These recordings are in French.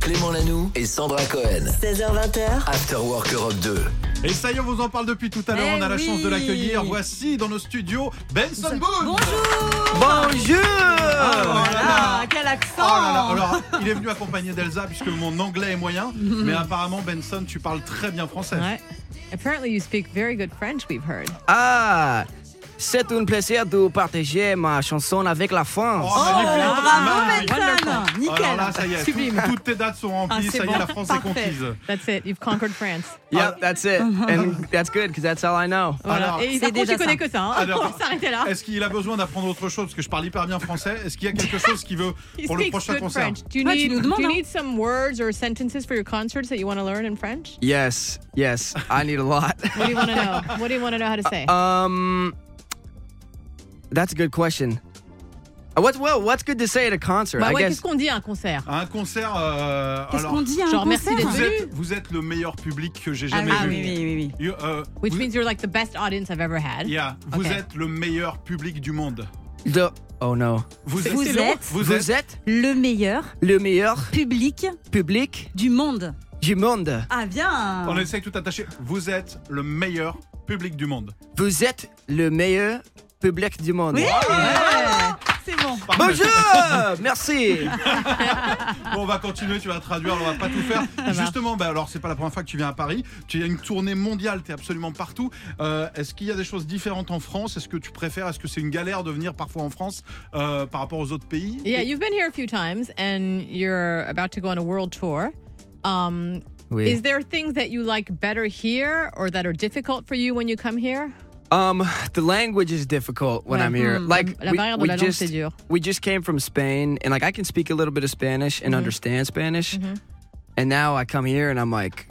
Clément Lanoux et Sandra Cohen. 16h20h, After Work Europe 2. Et ça y est, on vous en parle depuis tout à l'heure. Eh on a la oui. chance de l'accueillir. Voici dans nos studios Benson Boone. Bonjour Bonjour Ah, oh là là. Ah, quel accent Oh là là. Alors, il est venu accompagné d'Elsa puisque mon anglais est moyen, mais apparemment Benson, tu parles très bien français. Mhm. Ouais. Apparently you speak very good French, we've heard. Ah, c'est un plaisir de partager ma chanson avec la Oh, France. magnifique. bravo Magnifique. Benson Alors Nickel là, ça y est, tout- Sublime toutes tes dates sont Ah, remplies. c'est ça y bon. est, la France Parfait. est conquise. That's it, you've conquered France. Yep, that's it. And that's good because that's all I know. Voilà. Alors, Et c'est par contre, déjà tu connais que ça. Hein. Alors- on va s'arrêter là. Est-ce qu'il a besoin d'apprendre autre chose Parce que je parle hyper bien français. Est-ce qu'il y a quelque chose qu'il veut He pour le speaks prochain good concert French. Do you, Ouais, tu need, nous demandes, do you hein. need some words or sentences for your concerts that you want to learn in French? Yes, yes, I need a lot. What do you want to know? What do you want to know how to say? Uh, Um, that's a good question. Uh, What well, what's good to say at a concert? bah I ouais, guess. qu'est-ce qu'on dit à un concert À Un concert. euh, Qu'est-ce alors, qu'on dit à un genre, merci concert d'être vous venu. êtes, vous êtes le meilleur public que j'ai Ah oui, jamais ah bah vu. oui, oui, oui, oui. You- euh, Which vous- means you're like the best audience I've ever had. Yeah, vous Ok. êtes le meilleur public du monde. The- oh no. Vous êtes, Vous vous êtes- Vous êtes- êtes Le meilleur le meilleur public public du monde. du monde. Ah bien On essaye tout attaché. Vous êtes le meilleur public du monde. Vous êtes le meilleur public du monde. C'est bon. Parfait. Bonjour, merci. Bon, on va continuer, tu vas traduire, on va pas tout faire. Justement, bah, alors c'est pas la première fois que tu viens à Paris. Tu as une tournée mondiale, tu es absolument partout. Euh, Est-ce qu'il y a des choses différentes en France Est-ce que tu préfères Est-ce que c'est une galère de venir parfois en France euh, par rapport aux autres pays Yeah, you've been here a few times and you're about to go on a world tour. Um, Oui. Is there things that you like better here or that are difficult for you when you come here? Um, the language is difficult when Ouais. I'm here. Hmm. Like La we, barrière de we la langue, just c'est dur. we just came from Spain, and like I can speak a little bit of Spanish Mm-hmm. and understand Spanish, and now I come here and I'm like,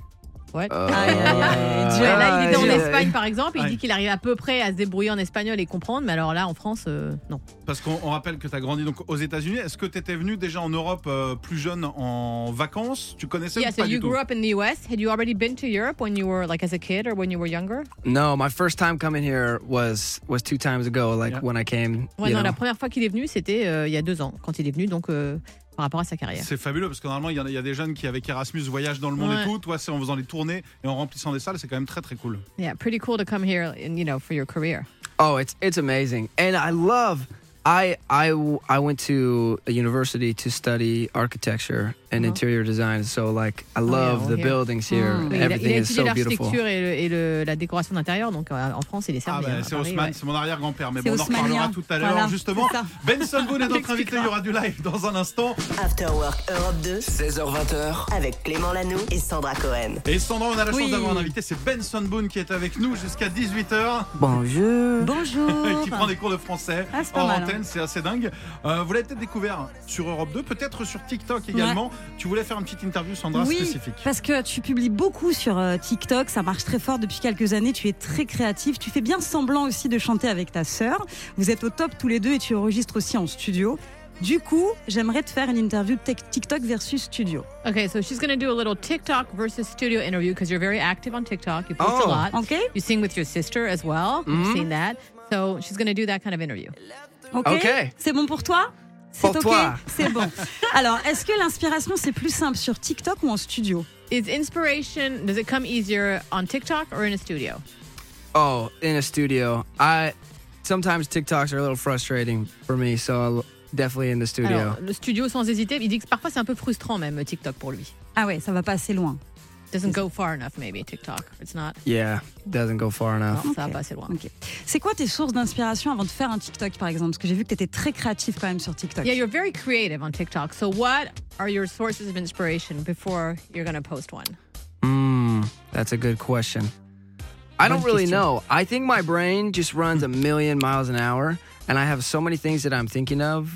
What? Aïe, aïe, aïe. Ouais, Dieu. là, il était en ouais. Espagne, par exemple, et il Euh, ah, Ouais. dit qu'il arrive à peu près à se débrouiller en espagnol et comprendre, mais alors là, en France, euh, non. Parce qu'on on rappelle que tu as grandi donc aux États-Unis. Est-ce que tu étais venu déjà en Europe euh, plus jeune en vacances Tu connaissais Yeah, ou so pas du you tout grew up in the US. Had you already been to Europe when you were, like, as a kid or when you were younger? no, my first time coming here was was two times ago. Like Yeah. when I came, Ouais, you non, know. la première fois qu'il est venu, c'était euh, il y a deux ans, quand il est venu, donc euh, par rapport à sa carrière. C'est fabuleux parce que normalement il y en a- il y, a des jeunes qui avec Erasmus voyagent dans le monde Ouais. et tout. Toi c'est en faisant les tournées et en remplissant des salles, c'est quand même très très cool. Yeah, pretty cool to come here, and, you know, for your career. Oh, it's it's amazing, and I love. I I w- I went to a university to study architecture and interior design. So like I Uh-huh. love Oh, well, the here- Mm. buildings here. Oui, il, a, il Everything a is étudié so beautiful. l'architecture et, le- et le- la décoration d'intérieur, donc euh, en France, il est servi. Ah bah, hein, à c'est Paris, Haussmann, ouais. c'est mon arrière-grand-père, mais C'est bon, on en reparlera haussmannien. tout à l'heure Voilà, justement. c'est ça. Benson Boone est notre invité, il y aura du live dans un instant. After Work Europe 2 16h20h, avec Clément Lano et Sandra Cohen. Et Sandra, on a la chance Oui. d'avoir un invité, c'est Benson Boone qui est avec nous jusqu'à 18h. Bonjour. qui Bonjour prend des cours de français Oh, bah. Ah, c'est pas en mal, antenne, c'est assez dingue. Euh, vous l'avez peut-être découvert sur Europe 2, peut-être sur TikTok également. Tu voulais faire une petite interview, Sandra, Oui, spécifique. parce que tu publies beaucoup sur euh, TikTok, ça marche très fort depuis quelques années, tu es très créatif, tu fais bien semblant aussi de chanter avec ta sœur, vous êtes au top tous les deux et tu enregistres aussi en studio. Du coup, j'aimerais te faire une interview tec- TikTok versus studio. Okay, so she's going to do a little TikTok versus studio interview because you're very active on TikTok. You post a Oh. lot. Ok You sing with your sister as well. I've seen that. So she's going to do that kind of interview. Ok. Ok. C'est bon pour toi C'est Pour ok toi. C'est bon. Alors, est-ce que l'inspiration, c'est plus simple sur TikTok ou en studio Is inspiration, does it come easier on TikTok or in a studio? Oh, in a studio. I sometimes TikToks are a little frustrating for me, so I'll definitely in the studio. Alors, le studio, sans hésiter, il dit que parfois c'est un peu frustrant même TikTok pour lui. Ah ouais, ça va pas assez loin. Doesn't go far enough, maybe, TikTok. It's not. Yeah, doesn't go far enough. Non, ça va Ok. pas assez loin. Ok. C'est quoi tes sources d'inspiration avant de faire un TikTok, par exemple Parce que j'ai vu que tu étais très créatif quand même sur TikTok. Yeah, you're very creative on TikTok. So what are your sources of inspiration before you're going to post one? Mm, that's a good question. I don't really know. I think my brain just runs a million miles an hour, and I have so many things that I'm thinking of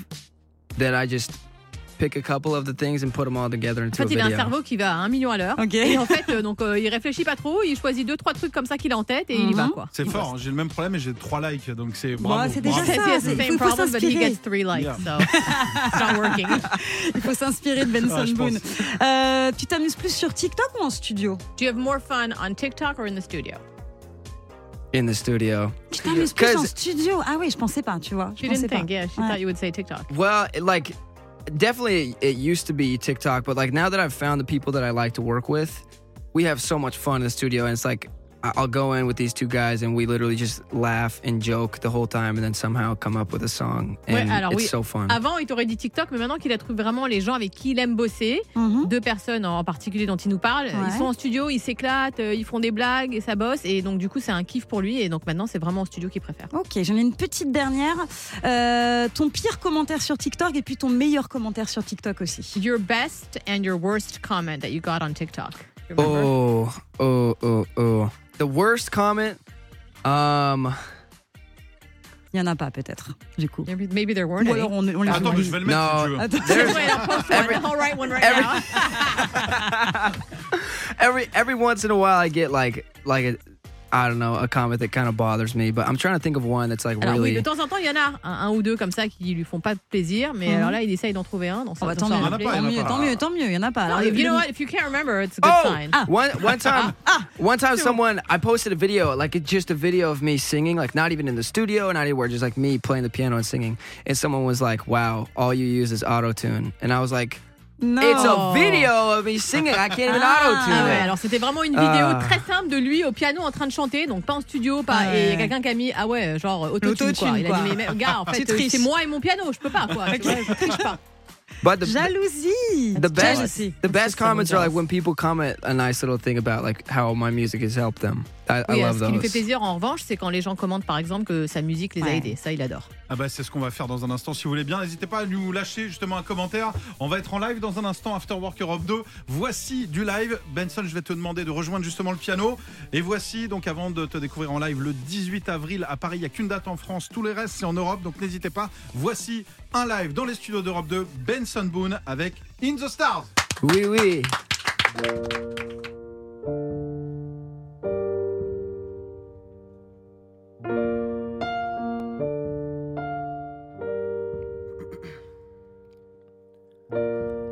that I just pick a couple of the things and put them all together En into a fait, il a un video. cerveau qui va à un million à l'heure. Ok. Et en fait, euh, donc, euh, il réfléchit pas trop, il choisit deux, trois trucs comme ça qu'il a en tête et il y Mhm. va, quoi. C'est fort, hein, j'ai le même problème et j'ai trois likes, donc c'est Bon, bravo. c'est déjà bravo. ça. he has the c'est- same faut- faut problem, but he s'inspirer. gets three likes, Yeah. so it's not working. Il faut s'inspirer de Benson Ah, Ouais, je Boone. pense. Euh, tu t'amuses plus sur TikTok ou en studio Do you have more fun on TikTok or in the studio? In the studio. Tu t'amuses plus en Cause- studio Ah ouais, je pensais pas, tu vois. Je She pensais didn't pas. think, yeah. She Ouais. thought you would say TikTok. Well, it, like definitely it, it used to be TikTok, but like now that I've found the people that I like to work with, we have so much fun in the studio, and it's like I- I'll go in with these two guys, and we literally just laugh and joke the whole time, and then somehow come up with a song, Ouais, and alors it's oui. so fun. Avant, il t'aurait dit TikTok, mais maintenant qu'il a trouvé vraiment les gens avec qui il aime bosser, Mhm. deux personnes en particulier dont il nous parle, Ouais. ils sont en studio, ils s'éclatent, euh, ils font des blagues et ça bosse. Et donc, du coup, c'est un kiff pour lui. Et donc, maintenant, c'est vraiment en studio qu'il préfère. Ok, j'en ai une petite dernière. Euh, ton pire commentaire sur TikTok et puis ton meilleur commentaire sur TikTok aussi. Your best and your worst comment that you got on TikTok. You remember? Oh, oh, oh, oh. The worst comment. Um, Il y en a pas peut-être, du coup. Maybe there weren't Ou any. alors on, on les Attends, mais oublie. je vais le mettre Non. si tu veux. Attends. Wait, I'll post one. I'll write one right every- now. every every once in a while, I get like like a I don't know a comment that kind of bothers me, but I'm trying to think of one that's like Alors oui, really. de temps en temps, il y en a un, un ou deux comme ça qui lui font pas plaisir, mais Mhm. alors là, il essaye d'en trouver un. Dans Oh, sa- bah, dans tant, sa Il y en a mieux, rappelée. pas, il y tant en a mieux, pas. tant mieux, il y en a pas. Alors, Non, le- if you le- know what, if you can't remember, it's a good Oh, sign. one one time, one time, someone I posted a video like it's just a video of me singing, like not even in the studio, not anywhere, just like me playing the piano and singing. And someone was like, "Wow, all you use is auto tune," and I was like, No. "It's a video of me singing. I can't even Ah, auto Ah tune." ouais, it. alors c'était vraiment une vidéo Ah. très simple de lui au piano en train de chanter, donc pas en studio, pas. Ah Et il y ouais. a quelqu'un qui a mis ah ouais, genre autotune L'autotune, quoi. Il quoi. a dit mais mais, gars, en C'est fait, euh, triste. c'est moi et mon piano, je peux pas quoi. Tu vois, je triche pas. But the, Jalousie. the best Jealousy. the best Just someone comments are like jealous. when people comment a nice little thing about like how my music has helped them. I, I Oui, euh, love ce qui lui fait those. plaisir en revanche, c'est quand les gens commentent par exemple que sa musique les a Ouais. aidés. Ça, il adore. Ah bah c'est ce qu'on va faire dans un instant si vous voulez bien. N'hésitez pas à nous lâcher justement un commentaire. On va être en live dans un instant After Work Europe 2. Voici du live. Benson, je vais te demander de rejoindre justement le piano. Et voici donc avant de te découvrir en live le 18 avril à Paris. Il n'y a qu'une date en France. Tous les restes c'est en Europe. Donc n'hésitez pas. Voici un live dans les studios d'Europe 2. Benson Boone avec In the Stars. Oui, oui.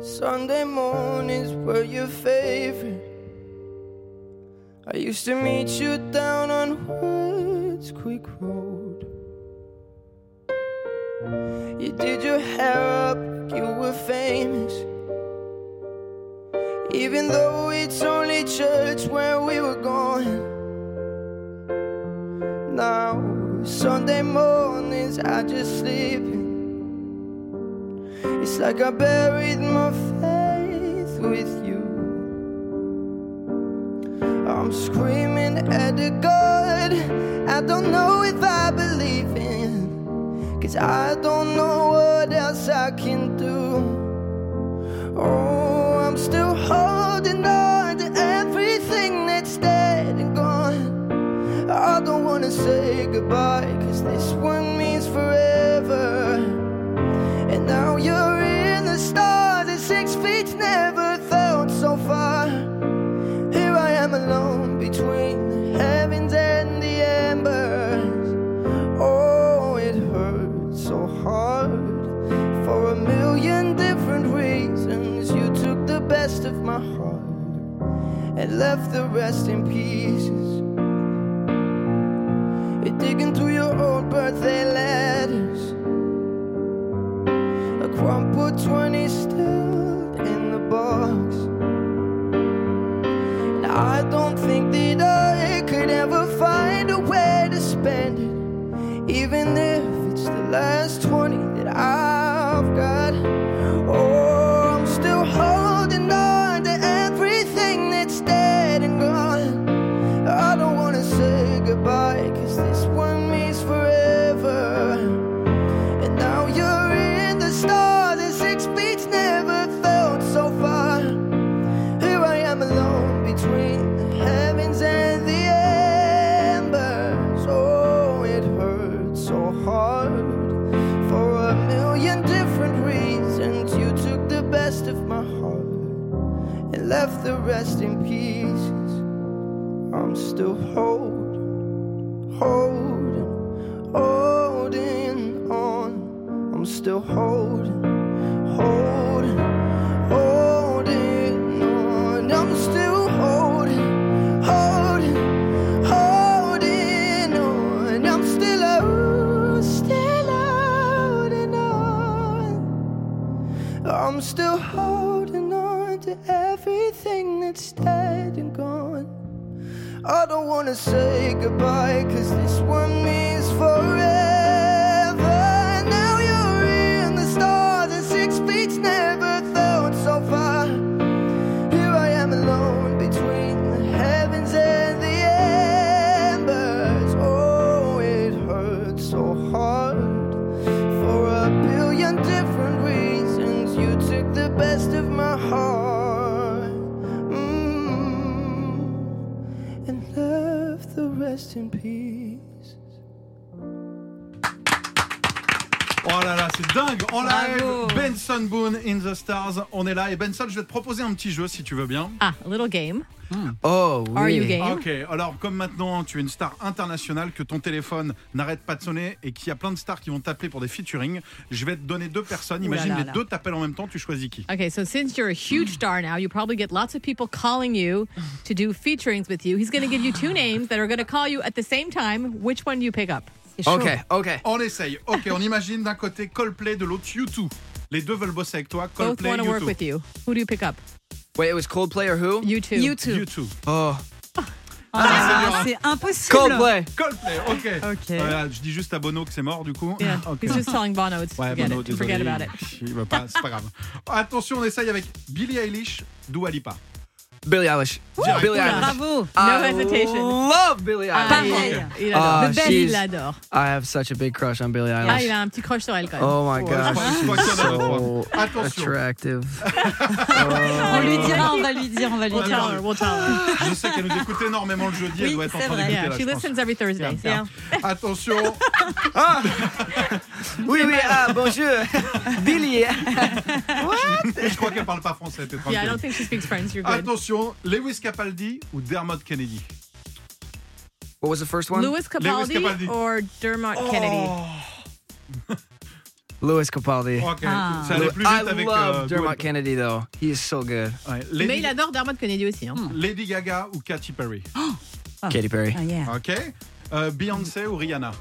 Sunday mornings were your favorite. I used to meet you down on Woods Creek Road. You did your hair up, you were famous. Even though it's only church where we were going. Now, Sunday mornings, I just sleep. in. It's like I buried my faith with you. I'm screaming at the God I don't know if I believe in. Cause I don't know what else I can do. Oh, I'm still holding on to everything that's dead and gone. I don't wanna say goodbye, cause this one means forever. And now you're in the stars, and six feet's never felt so far. Here I am alone between the heavens and the embers. Oh, it hurts so hard. For a million different reasons, you took the best of my heart and left the rest in pieces. You're digging through your old birthday letters. A crumpled 20 still in the box. And I don't think that I could ever find a way to spend it. Even if it's the last 20 that I've got, oh, I'm still holding on to everything that's dead and gone. I don't wanna say goodbye, cause this one means forever. And now you're in the stars, and six feet's never felt so far. Here I am alone between the heavens and the embers. Oh, it hurts so hard. For a million different reasons, you took the best of my heart and left the rest in pieces. I'm still holding, holding, holding on. I'm still holding, holding holding on. I'm still holding, holding, holding on. I'm still, oh, still holding on. everything that's dead and gone. I don't wanna say goodbye, cause this one means forever. Now you're in the stars, and six feet's never felt so far. Here I am alone between the heavens and the embers. Oh, it hurts so hard. For a billion different reasons, you took the best of my heart. Mm. And left the rest in peace. Oh là là, c'est dingue En Bravo. live, Benson Boone in the Stars, on est là. Et Benson, je vais te proposer un petit jeu si tu veux bien. Ah, a little game. Oh, Are you oui. game? Ah, Ok, alors comme maintenant tu es une star internationale, que ton téléphone n'arrête pas de sonner et qu'il y a plein de stars qui vont t'appeler pour des featuring, je vais te donner deux personnes. Ouh là Imagine là les là. deux t'appellent en même temps, tu choisis qui Okay, so since you're a huge star now, you probably get lots of people calling you to do featurings with you. He's going to give you two names that are going to call you at the same time. Which one do you pick up? C'est chaud. Ok, ok. On essaye. Ok, on imagine d'un côté Coldplay, de l'autre U2. Les deux veulent bosser avec toi, Both Coldplay, want to work with U2. you. Who do you pick up? Wait, it was Coldplay or who? You two. You too. U2. Oh, Ah, c'est impossible. Coldplay. Coldplay, ok. Ok. Voilà, je dis juste à Bono que c'est mort du coup. Yeah, Ok. he's just telling Bono to Ouais, forget Bono, it. to Forget désolé, about it. il va pas, c'est pas grave. Attention, on essaye avec Billie Eilish, Dua Lipa. Billie Eilish. Direct. Billie Oula. Eilish. Bravo. I hesitation. love Billie Eilish. Ah, Pareil. Il adore. Ah, Le bel, she's- il l'adore. I have such a big crush on Billie Ah, il Eilish. a un petit crush sur elle quand même. Oh my gosh, crois- je crois she's qu'il y en a so trois. Attention. attractive. On lui dira, on va lui dire, on va lui We'll tell dire. her, we'll tell her. Je sais qu'elle nous écoute énormément le jeudi, Oui, elle doit être en c'est train vrai. d'écouter Yeah, là, she je pense. listens every Thursday. so. Yeah. Attention, Oui, oui, ah, bonjour. Billie. je crois qu'elle parle pas français, t'es Yeah, I don't tranquille. think she speaks French. You're Ah, good. Attention, Lewis Capaldi ou Dermot Kennedy What was the first one? Louis Capaldi, Capaldi. Oh. or Dermot Oh. Kennedy? Lewis Capaldi. Ok, Ah. ça allait plus vite I avec euh, Dua love Dermot Lipa. Kennedy though. He is so good. Ouais, Mais Lady, il adore Dermot Kennedy aussi. Hein. Lady Gaga ou Katy Perry Katy Perry. Ah, yeah. Ok. Euh, Beyoncé ou Rihanna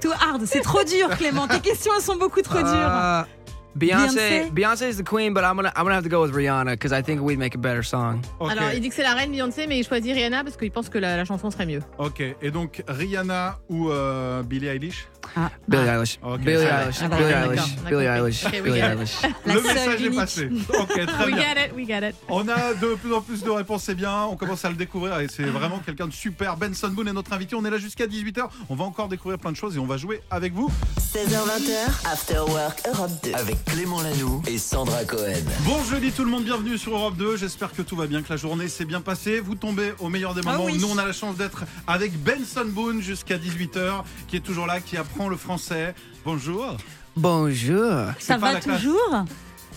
Too hard, c'est trop dur, Clément. Tes questions, elles sont beaucoup Ah, trop Ah. dures. Uh, Beyonce, Beyonce. Beyonce is the queen, but I'm gonna I'm gonna have to go with Rihanna because I think we'd make a better song. Ok. Alors, il dit que c'est la reine Beyoncé, mais il choisit Rihanna parce qu'il pense que la, la chanson serait mieux. Ok, et donc Rihanna ou euh, Billie Eilish Ah, Billie Eilish, Okay. Billie Ah, Eilish, d'accord, Billie d'accord, Eilish, d'accord. Billie Okay, Eilish, we Billie get it. Eilish. La Le seule message est unique. passé. Ok, très Ah, we bien. get it, we get it. On a de plus en plus de réponses, c'est bien. On commence à le découvrir et c'est vraiment quelqu'un de super. Benson Boone est notre invité. On est là jusqu'à 18h. On va encore découvrir plein de choses et on va jouer avec vous. 16h20h, After Work Europe 2. Avec Clément Lanoux et Sandra Cohen. Bon jeudi tout le monde, bienvenue sur Europe 2. J'espère que tout va bien, que la journée s'est bien passée. Vous tombez au meilleur des Ah moments. oui. Nous, on a la chance d'être avec Benson Boone jusqu'à 18h, qui est toujours là, qui apprend le français. Bonjour. Bonjour. Ça pas la va classe. toujours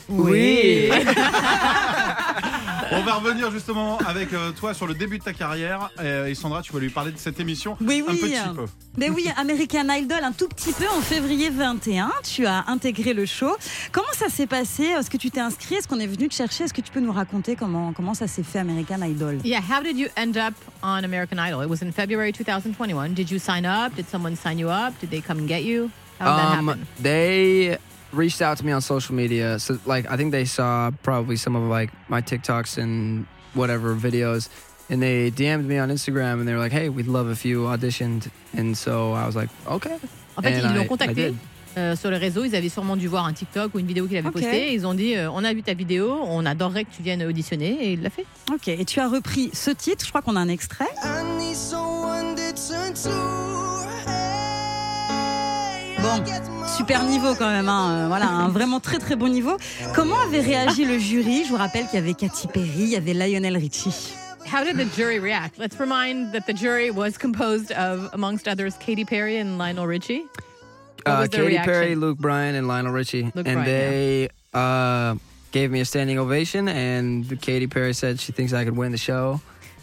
Oui. On va revenir justement avec euh, toi sur le début de ta carrière. Euh, Et Sandra, tu vas lui parler de cette émission Oui, un oui. petit peu. Mais Ben oui, American Idol, un tout petit peu en février 21. Tu as intégré le show. Comment ça s'est passé Est-ce que tu t'es inscrit Est-ce qu'on est venu te chercher Est-ce que tu peux nous raconter comment, comment ça s'est fait, American Idol Yeah, how did you end up on American Idol? It was in February 2021. Did you sign up? Did someone sign you up? Did they come and get you? How did that happen? Um, they reached out to me on social media. So like I think they saw probably some of like my TikToks and whatever videos and they DM'd me on Instagram and they were like, "Hey, we'd love if you auditioned." And so I was like, "Okay." En fait, And ils I- l'ont I contacté did. euh, sur le réseau. Ils avaient sûrement dû voir un TikTok ou une vidéo qu'il avait Ok. postée. Et Ils ont dit euh, On a vu ta vidéo, on adorerait que tu viennes auditionner. Et il l'a fait. Ok, et tu as repris ce titre. Je crois qu'on a un extrait. I need someone to turn to. Hey, I Bon, guess my Super niveau quand même, hein. Euh, voilà, un vraiment très très bon niveau. Comment avait réagi le jury Je vous rappelle qu'il y avait Katy Perry, il y avait Lionel Richie. How did the jury react? Let's remind that the jury was composed of, amongst others, Katy Perry and Lionel Richie. What Uh, was their Katy Perry, reaction? Luke Bryan and Lionel Richie and Bryan, they uh gave me a standing ovation and Katy Perry said she thinks I could win the show.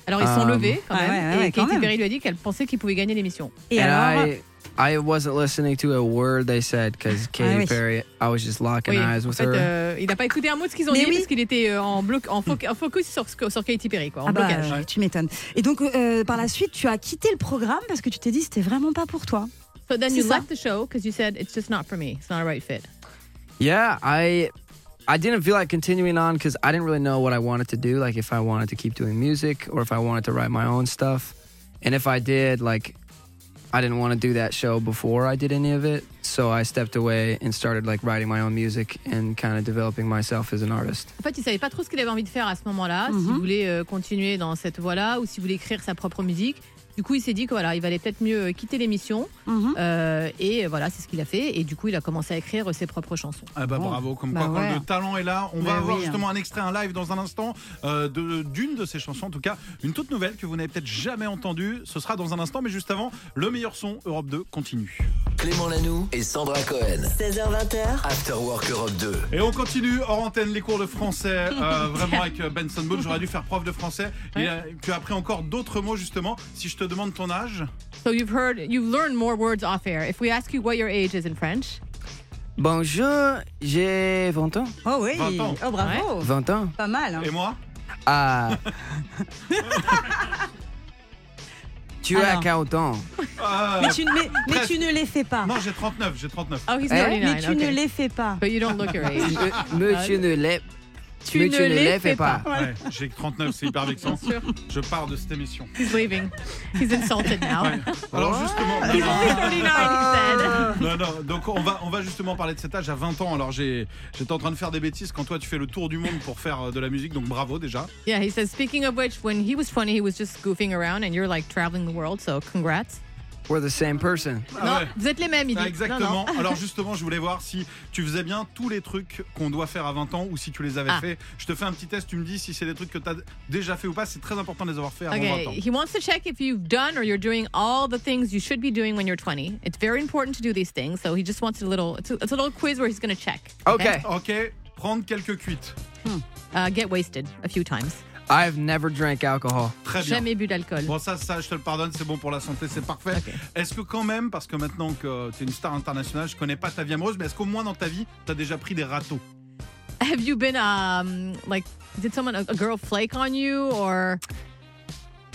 Alors, ils se sont Euh, levés quand ah ouais, même. ouais, ouais, et quand Katy même. Perry lui a dit qu'elle pensait qu'il pouvait gagner l'émission. Et and alors I I wasn't listening to a word they said because Katy oui. Perry, I was just locking Oui, eyes en with fait, her. euh, il n'a pas écouté un mot de ce qu'ils ont Mais dit oui. Hmm. parce qu'il était euh, en, bloc, en, foc- en focus sur, sur Katy Perry, quoi, en Ah bah, blocage. euh, tu m'étonnes. Et donc euh, par la suite, tu as quitté le programme parce que tu t'es dit c'était vraiment pas pour toi. So then c'est you ça. left the show because you said it's just not for me. It's not a right fit. Yeah, I I didn't feel like continuing on because I didn't really know what I wanted to do. Like if I wanted to keep doing music or if I wanted to write my own stuff, and if I did, like I didn't want to do that show before I did any of it. So I stepped away and started like writing my own music and kind of developing myself as an artist. En fait, il savait pas trop ce qu'il avait envie de faire à ce moment-là, Mhm. s'il voulait euh, continuer dans cette voie-là ou s'il voulait écrire sa propre musique. Du coup, il s'est dit que voilà, il valait peut-être mieux euh, quitter l'émission. Mhm. Euh, et euh, voilà, c'est ce qu'il a fait. Et du coup, il a commencé à écrire euh, ses propres chansons. Ah bah Bon. bravo, comme Bah quoi quand ouais. le talent est là, on Bah va avoir oui. justement un extrait, un live dans un instant euh, de- d'une de, ces chansons, en tout cas une toute nouvelle que vous n'avez peut-être jamais entendue, ce sera dans un instant, mais juste avant, le meilleur son Europe 2 continue. Clément Lanoux et Sandra Cohen. 16h20h, After Work Europe 2. Et on continue hors antenne les cours de français, euh, vraiment avec euh, Benson Boone, j'aurais dû faire prof de français, et euh, tu as appris encore d'autres mots justement, si je te demande ton âge, So you've heard, you've learned more words off air. If we ask you what your age is in French, Bonjour, j'ai 20 ans. Oh oui, 20 ans. oh bravo, 20 ans. pas mal. hein. et moi Ah. tu as Alors. 40 ans. Euh, Mais tu, ne- mais- mais tu ne les fais pas. Non j'ai 39, j'ai 39. oh, he's Eh? 99. Mais tu ne okay. les fais pas. But you don't look your age. Monsieur ne l'est tu mais ne tu ne les les fais fais pas. Ouais, j'ai 39, c'est hyper vexant. Ah. Bien sûr. Je pars de cette émission. He's leaving. He's insulted now. Oh. Alors justement, He's only 39, he said. Non, non, donc on va, on va justement parler de cet âge à 20 ans. Alors j'ai- j'étais en train de faire des bêtises quand toi tu fais le tour du monde pour faire euh, de la musique, donc bravo déjà. Yeah, he says, speaking of which, when he was 20, he was just goofing around, and you're like traveling the world, so congrats. We're the same person. Ah non, ouais. vous êtes les mêmes, il dit. Ah, Non, exactement. non. Alors justement, je voulais voir si tu faisais bien tous les trucs qu'on doit faire à 20 ans ou si tu les avais Ah. fait. Je te fais un petit test, tu me dis si c'est des trucs que tu as déjà fait ou pas. C'est très important de les avoir fait avant 20 ans. Okay, he wants to check if you've done or you're doing all the things you should be doing when you're 20. It's very important to do these things, so he just wants a little, it's a, it's a little quiz where he's going to check. Okay. Ok, prendre quelques cuites. Uh, get wasted a few times. I've never drank alcohol. Très bien. Jamais bu d'alcool. Bon, ça, ça, je te le pardonne, c'est bon pour la santé, c'est parfait. Ok. Est-ce que quand même, parce que maintenant que tu es une star internationale, je connais pas ta vie amoureuse, mais est-ce qu'au moins dans ta vie, tu as déjà pris des râteaux Have you been, um, like, did someone, a, a girl flake on you, or?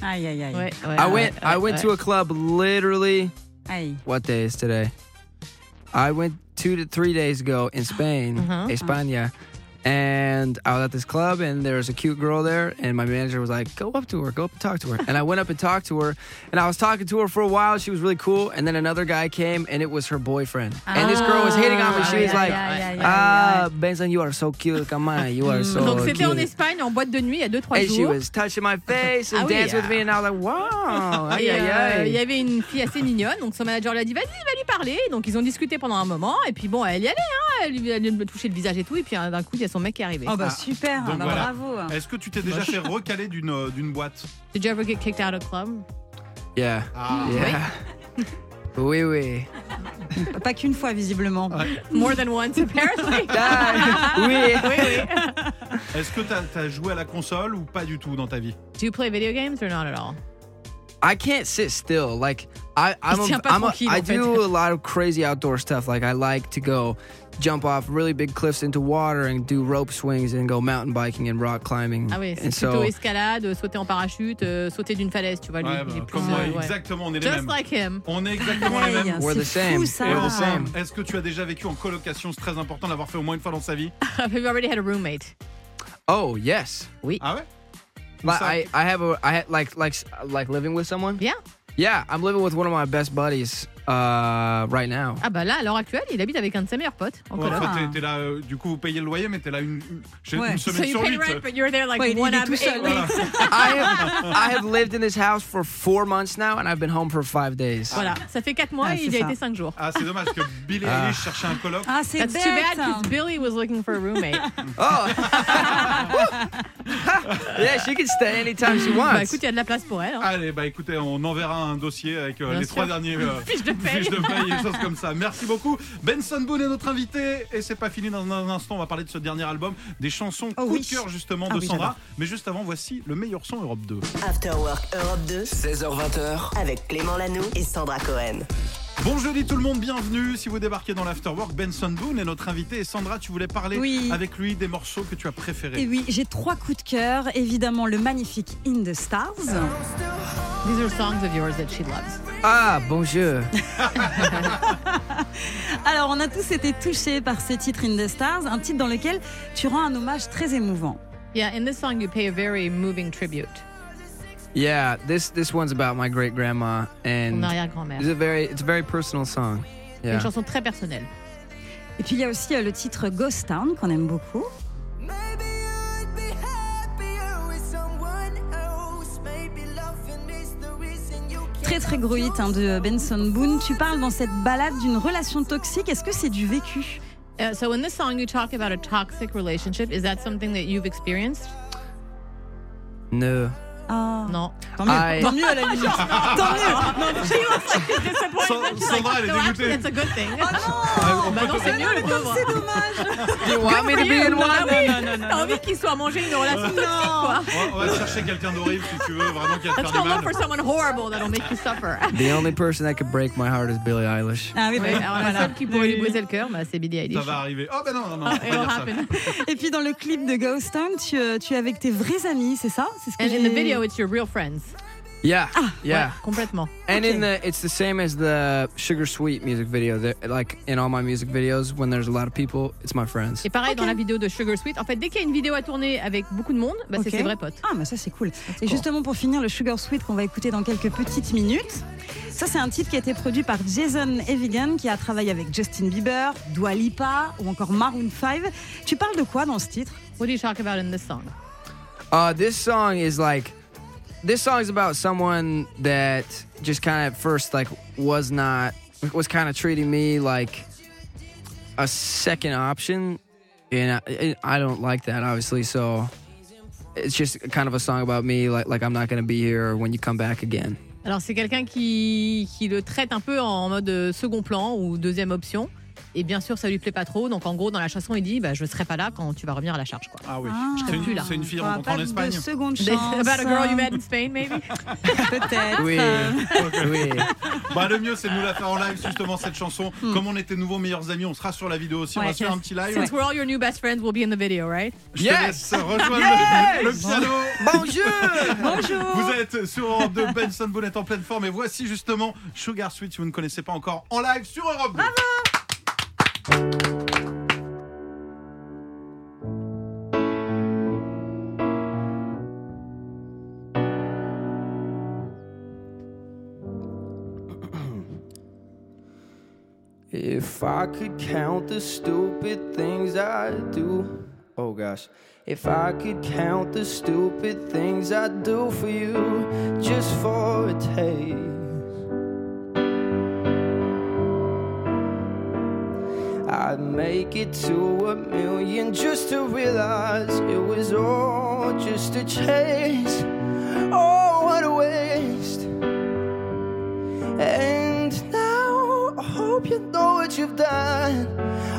Aïe, aïe, aïe. Ouais, ouais, I ouais, went ouais, I went ouais. to a club literally Aïe. what day is today? I went 2 to 3 days ago in Spain, Uh-huh. España. And I was at this club, and there was a cute girl there. And my manager was like, "Go up to her, go up and talk to her." And I went up and talked to her, and I was talking to her for a while. She was really cool. And then another guy came, and it was her boyfriend. and this girl was hitting on me. Ah, She was yeah, like, yeah, yeah, Mm-hmm. "Ah, Benson, you are so cute. Come on, you are so Donc c'était en cute." Espagne, en boîte de nuit, il y a 2-3 And "Ah, she jours. was touching my face and Ah oui, danced with ah. me, and I was like, "Wow, Et, aïe, euh, Il aïe, aïe. y avait une fille assez mignonne, donc son manager lui a dit vas-y, va lui parler. Donc ils ont discuté pendant un moment, et puis bon, elle y allait, hein, elle lui elle lui touchait le visage et tout, et puis hein, d'un coup, il y a son mec qui est arrivé. Oh Ah. bah super, Donc bah voilà. bravo. Ah. Est-ce que tu t'es déjà fait recaler d'une euh, d'une boîte Did you ever get kicked out of club Yeah. Yeah. Oui, oui. Pas qu'une fois visiblement. More than once, apparently. Ah, oui. Est-ce que tu as, joué à la console ou pas du tout dans ta vie Do you play video games or not at all I can't sit still. Like I, I'm, tient a, pas I'm a, tranquille, I en fait. do a lot of crazy outdoor stuff. Like I like to go jump off really big cliffs into water and do rope swings and go mountain biking and rock climbing. Ah oui, c'est and plutôt so escalade, euh, sauter en parachute, euh, sauter d'une falaise, tu vois. Lui, Ouais, il est bah, plus, Comme moi, euh, ouais. exactement, on est les Just mêmes. like him. On est exactement Eh les Aïe, mêmes. We're c'est the same. fou, ça. We're the same. Est-ce que tu as déjà vécu en colocation C'est très important d'avoir fait au moins une fois dans sa vie. Have you already had a roommate oh yes, Ah ouais like, So- I, I have a I had like like like living with someone. Yeah. Yeah, I'm living with one of my best buddies uh, right now. Ah bah là, à l'heure actuelle, il habite avec un de ses meilleurs potes en Ouais, coloc. en fait, t'es- t'es là, euh, Du coup, vous payez le loyer, mais t'es là une, une- chez- Ouais. une Ah. So semaine you sur pay huit. rent, but you're there like Ouais, il one est out tout of eight seul. weeks. I have I have lived in this house for four months now, and I've been home for five days. Voilà, ça fait 4 mois Ah, et il c'est y a ça. été 5 jours. Ah, c'est dommage que Bill Ah. Eilish cherchait un coloc. Ah, c'est That's too bad bête. because Billy was looking for a roommate. Oh. yeah, she can stay anytime she bah wants. écoute, il y a de la place pour elle. Hein. Allez, bah écoutez, on enverra un dossier avec euh, Bien les sûr. trois derniers euh, Fiche de paye. fiches de paye et des choses comme ça. Merci beaucoup. Benson Boone est notre invité. Et c'est pas fini dans un instant. On va parler de ce dernier album, des chansons Oh coup oui. de cœur justement Ah de oui, Sandra. j'adore. Mais juste avant, voici le meilleur son Europe 2. After Work Europe 2, 16h20. avec Clément Lanoux et Sandra Cohen. Bon jeudi tout le monde, bienvenue. Si vous débarquez dans l'Afterwork, Benson Boone est notre invité. Et Sandra, tu voulais parler Oui. avec lui des morceaux que tu as Et préférés. oui, j'ai trois coups de cœur. Évidemment, le magnifique In the Stars. Ah. These are songs of yours that she loves. Ah, bonjour. Alors, on a tous été touchés par ce titre In the Stars, un titre dans lequel tu rends un hommage très émouvant. Yeah, in this song, you pay a very moving tribute. Yeah, this this one's about my great grandma, and Mon arrière-grand-mère. it's a very it's a very personal song. Une Yeah. chanson très personnelle. Et puis, il y a aussi euh, le titre Ghost Town qu'on aime beaucoup. Maybe I'd be happier with someone else. Maybe loving is the reason you can't Très très gros hit hein, de Benson Boone. Tu parles dans cette balade d'une relation toxique. Est-ce que c'est du vécu Uh, so in this song, you talk about a toxic relationship. Is that something that you've experienced? No. Ah, No. Tant mieux, I- tant mieux à la limite. tant Ah mieux. Non, mais- Sa- Sandra, elle So est actually, dégoûtée. it's a good thing. Oh, Ah, on Bah peut- non, c'est mieux le pauvre. Do you want me to be in one? T'as envie qu'il soit mangé une relation toxique, on quoi. va- on va chercher quelqu'un d'horrible si tu veux vraiment qu'il y a faire Let's go du look mal. for someone horrible that'll make you suffer. The only person that could break my heart is Billie Eilish. Ah oui, Oui, bah, alors la voilà. seule qui pourrait Oui, lui oui. briser le cœur, bah, c'est Billie Eilish. Ça va arriver. Oh ben non, non, non. on va It'll dire ça. happen. Et puis dans le clip de Ghost Town, tu, euh, tu es avec tes vrais amis, c'est ça C'est ce que And in the j'ai- video, it's your real friends. Yeah. Yeah. Ouais, complètement. And in the it's the same as the Sugar Sweet music video. There- Like in all my music videos, when there's a lot of people, it's my friends. Et pareil dans la vidéo de Sugar Sweet. En fait, dès qu'il y a une vidéo à tourner avec beaucoup de monde, bah, Ok. c'est ses vrais potes. Ah, mais ça c'est cool. Et justement pour finir, le Sugar Sweet qu'on va écouter dans quelques petites minutes. Ça c'est un titre qui a été produit par Jason Evigan qui a travaillé avec Justin Bieber, Dua Lipa ou encore Maroon 5. Tu parles de quoi dans ce titre What do you talk about in this song? Uh, this song is like, this song is about someone that just kind of at first like was not was kind of treating me like a second option, and I, and I don't like that obviously. So it's just kind of a song about me like like I'm not gonna be here when you come back again. Alors, c'est quelqu'un qui, qui le traite un peu en mode euh, second plan ou deuxième option. Et bien sûr, ça lui plaît pas trop. Donc, en gros, dans la chanson, il dit bah, Je serai pas là quand tu vas revenir à la charge. Quoi. Ah oui. Ah. C'est plus une, là. c'est une fille T'auras rencontrée en pas Espagne. De seconde chance. About a girl you met in Spain, maybe? Peut-être. Oui, oui. Bah, le mieux, c'est de nous la faire en live, justement, cette chanson. Comme on est tes nouveaux meilleurs amis, on sera sur la vidéo aussi. on Ouais, va se faire yes. un petit live. Since we're all your new best friends, we'll be in the video, right? Je te Yes. laisse rejoindre le, le piano. Bonjour. Bonjour. Vous êtes sur Europe 2, Benson Bonnet en pleine forme. Et voici justement Sugar Sweet, si vous ne connaissez pas encore, en live sur Europe 2. If I could count the stupid things I do, oh gosh. If I could count the stupid things I do for you, just for a taste, I'd make it to a million just to realize it was all just a chase. Oh, what a waste. And now I hope you know what you've done.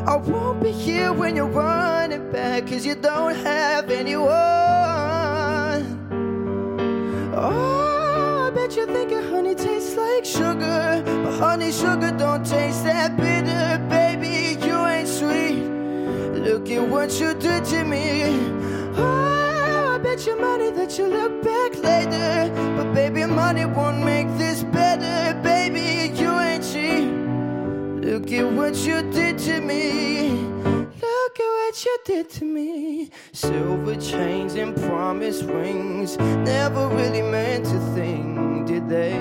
I won't be here when you're running back, cause you don't have anyone. Oh, I bet you're thinking honey tastes like sugar. But honey, sugar don't taste that bitter, baby. You ain't sweet. Look at what you did to me. Oh, I bet you money that you look back later. But baby, money won't make this better. Baby, you ain't cheap. Look at what you did to me. Look at what you did to me. Silver chains and promise rings. Never really meant a thing, did they?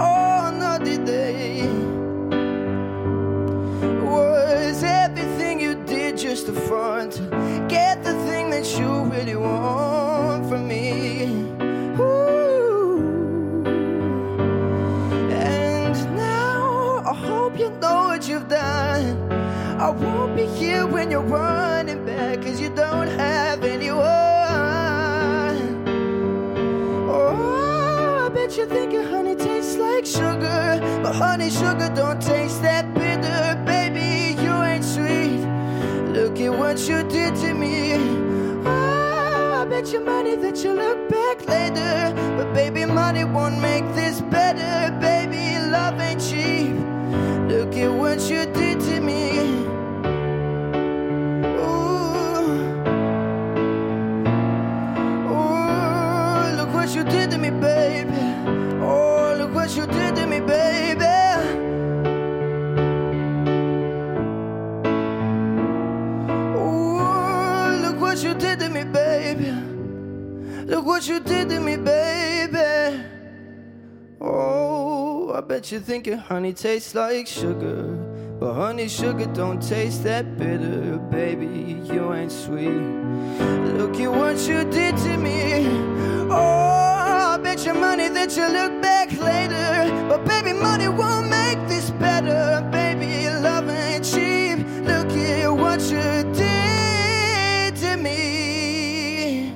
Oh, no, did they? Was everything you did just a front? to Get the thing that you really want from me. Ooh. And now I hope you know what you've done. I won't be here when you're running back, cause you don't have anyone. Oh, I bet you're thinking honey tastes like sugar. But honey, sugar don't taste that bitter. Baby, you ain't sweet. Look at what you did to me. Oh, I bet you money that you look back later. But baby, money won't make this better. Baby, love ain't cheap. what you did to me. Ooh, ooh, Oh, look what you did to me, baby. Oh, look what you did to me, baby. Ooh, look what you did to me, baby. Look what you did to me, baby. Oh, I bet you're thinking honey tastes like sugar. But honey, sugar don't taste that bitter, baby. You ain't sweet. Look at what you did to me. Oh, I bet you money that you look back later. But baby, money won't make this better. Baby, love ain't cheap. Look at what you did to me.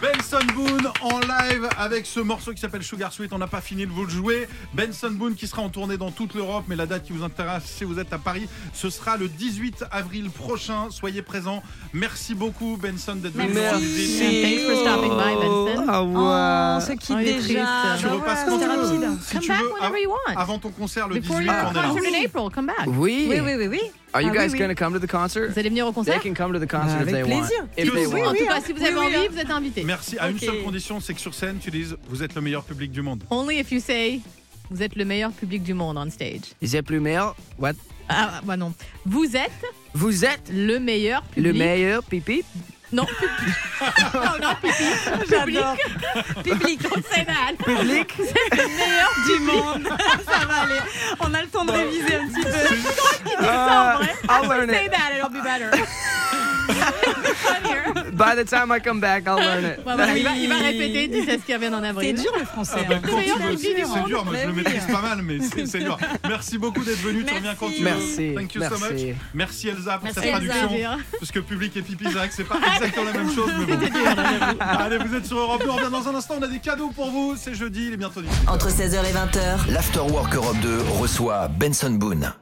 Benson Boone en live avec ce morceau qui s'appelle Sugar Sweet. On n'a pas fini de vous le jouer. Benson Boone qui sera en tournée dans toute l'Europe, mais la date qui vous intéresse, si vous êtes à Paris, ce sera le 18 avril prochain. Soyez présents. Merci beaucoup, Benson, d'être venu. Merci. dans le And thanks for stopping by, Benson. Au Oh, revoir. on se quitte Oh, il est triste. déjà. Tu Tu Bah repasses voilà, quand tu c'était veux. rapide. Si Come tu back veux, whenever av- you want. avant ton concert le Before 18, your on est là. concert in April, come back. Oui. Oui, oui, oui, oui. Are you Ah, guys oui, oui. gonna come to the concert? Vous allez venir au They concert can come to the concert if Avec they plaisir. want. If they Tous, En want. tout Oui, cas, hein. si vous Oui, avez oui, envie, hein. vous êtes invité. Merci. À une Ok. seule condition, c'est que sur scène, tu dises vous êtes le meilleur public du monde. Only if you say vous êtes le meilleur public du monde on stage. J'ai plus meilleur. What? Ah, bah non. Vous êtes Vous êtes le meilleur le public. meilleur pipi. Non, public. non, non, pipi. Public. J'adore. Public. Trop sénal. Public. Meilleur du monde. Ça va aller. On a le temps de réviser un petit peu. Uh, I'll learn Say it. that, it'll be better. Funnier. By the time I come back, I'll learn it. Bon, voilà, il, va, il va répéter, dis c'est ce qui revient en C'est avril. dur le français. hein. Ah, bah, Quand tu meilleur veux, public c'est du c'est monde. dur, moi je Mais le Bah oui. maîtrise pas mal, mais c'est c'est dur. Merci beaucoup d'être venu, tu reviens quand tu veux. Merci. Thank you so Merci. much. Merci Elsa pour Merci, cette Elsa. traduction. Plaisir. Parce que public et pipi, Zach, c'est pas exactement la même chose. Mais bon. Allez, vous êtes sur Europe 2, on revient dans un instant, on a des cadeaux pour vous. C'est jeudi, il est bientôt 18. Entre 16h et 20h, L'After Work Europe 2 reçoit Benson Boone.